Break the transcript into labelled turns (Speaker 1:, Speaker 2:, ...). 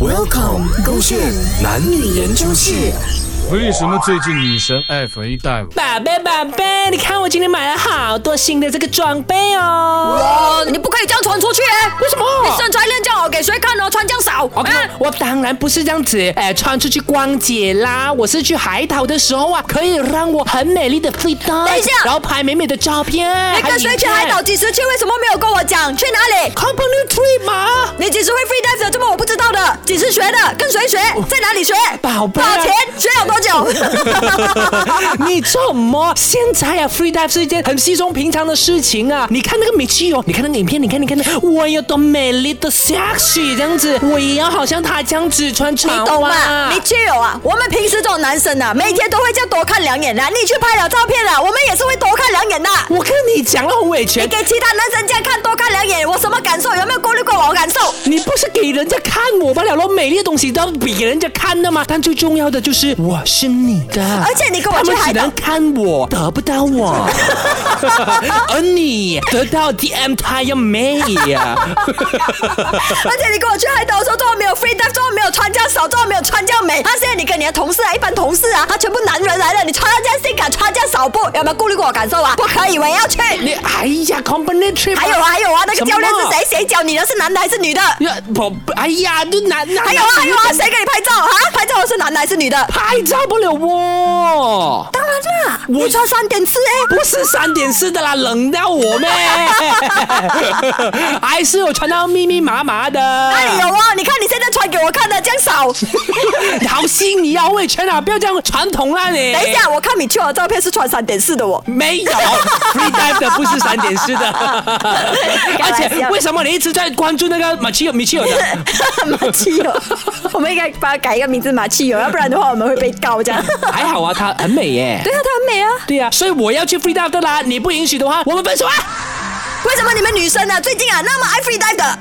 Speaker 1: Welcome，勾线男女研究室。
Speaker 2: 为什么最近女神爱回带我？
Speaker 3: 宝贝宝贝，你看我今天买了好多新的这个装备哦。
Speaker 4: 哦，你不可以这样穿出去哎！
Speaker 3: 为什么
Speaker 4: 你身材练这样好，给谁看哦？穿这样少。
Speaker 3: OK，、
Speaker 4: 哎
Speaker 3: 我当然不是这样子，哎、穿出去逛街啦。我是去海岛的时候啊，可以让我很美丽的 fit
Speaker 4: 等一下
Speaker 3: 然后拍美美的照片。
Speaker 4: 你哎跟谁去海岛？几时去？为什么没有跟我讲？去哪里？
Speaker 3: ？Company Tree 吗？
Speaker 4: 你几时会 free dive 的？这么我不知道的。几时学的？跟谁学？在哪里学？
Speaker 3: 哦宝贝
Speaker 4: 多
Speaker 3: 啊
Speaker 4: 少钱？学了多 久？
Speaker 3: 你做么？现在呀、啊、，free dive 是一件很稀松平常的事情啊！你看那个美剧哦，你看那个影片，你看，你看那，我有多美丽的下雪这样子，我也要好像她这样子穿
Speaker 4: 你
Speaker 3: 长
Speaker 4: 懂
Speaker 3: 袜
Speaker 4: 吗？你去有啊！我们平时这种男生啊，每天都会这样多看两眼的、你去拍了照片了、啊我们也是会多看两眼的、啊
Speaker 3: 我跟你讲了，洪伟
Speaker 4: 你
Speaker 3: 全，
Speaker 4: 给其他男生这样看多看两眼，我什么感受？有没有顾虑过我的感受？
Speaker 3: 你不是给人家看我吧？了咯，美丽的东西都要比人家看的嘛。但最重要的就是我是你的，
Speaker 4: 而且你跟我
Speaker 3: 他
Speaker 4: 去
Speaker 3: 们只
Speaker 4: 海岛
Speaker 3: 能看 我，得不到我，而你得到 DM 他要美呀。
Speaker 4: 而且你跟我去海岛的时候，做没有 free dive，做没有穿这样少，做没有穿这样美。他、现在你跟你的同事啊，一般同事啊，他全部男人来了，你穿这样性感，穿这样少布，有没有顾虑过我感受啊？ 不可以，我也要去。
Speaker 3: 你哎呀，company trip，
Speaker 4: 还有啊，还有啊，那个
Speaker 3: 什么
Speaker 4: 教练是谁？谁教你的？是男的还是女的？还
Speaker 3: 呀不不，哎呀，都男男。
Speaker 4: 有啊，还有啊，
Speaker 3: 男
Speaker 4: 谁给你拍照啊？拍照的是男的还是女的？
Speaker 3: 拍照不了我？
Speaker 4: 当然啦，
Speaker 3: 我
Speaker 4: 你穿三点四哎。
Speaker 3: 不是三点四的啦，冷到我 咩？还是我穿到密密麻麻的。
Speaker 4: 哪里有啊？你看你现在穿给我看的这样 少。
Speaker 3: 好心你要魏全啊，不要这样传统啦你。
Speaker 4: 等一，下，我看你去我的照片是穿三点四的哦。
Speaker 3: 没有 free dive 的不是三点四的，而且为什么你一直在关注那个马奇有米奇有的？
Speaker 4: 马奇 友，哦我们应该把它改一个名字马奇友，要不然的话我们会被告这样。
Speaker 3: 还好啊，她很美耶。
Speaker 4: 对啊，她很美啊。
Speaker 3: 对啊，所以我要去 free dive 的啦，你不允许的话，我们分手啊！
Speaker 4: 为什么你们女生呢、啊、最近啊那么爱 free dive 的？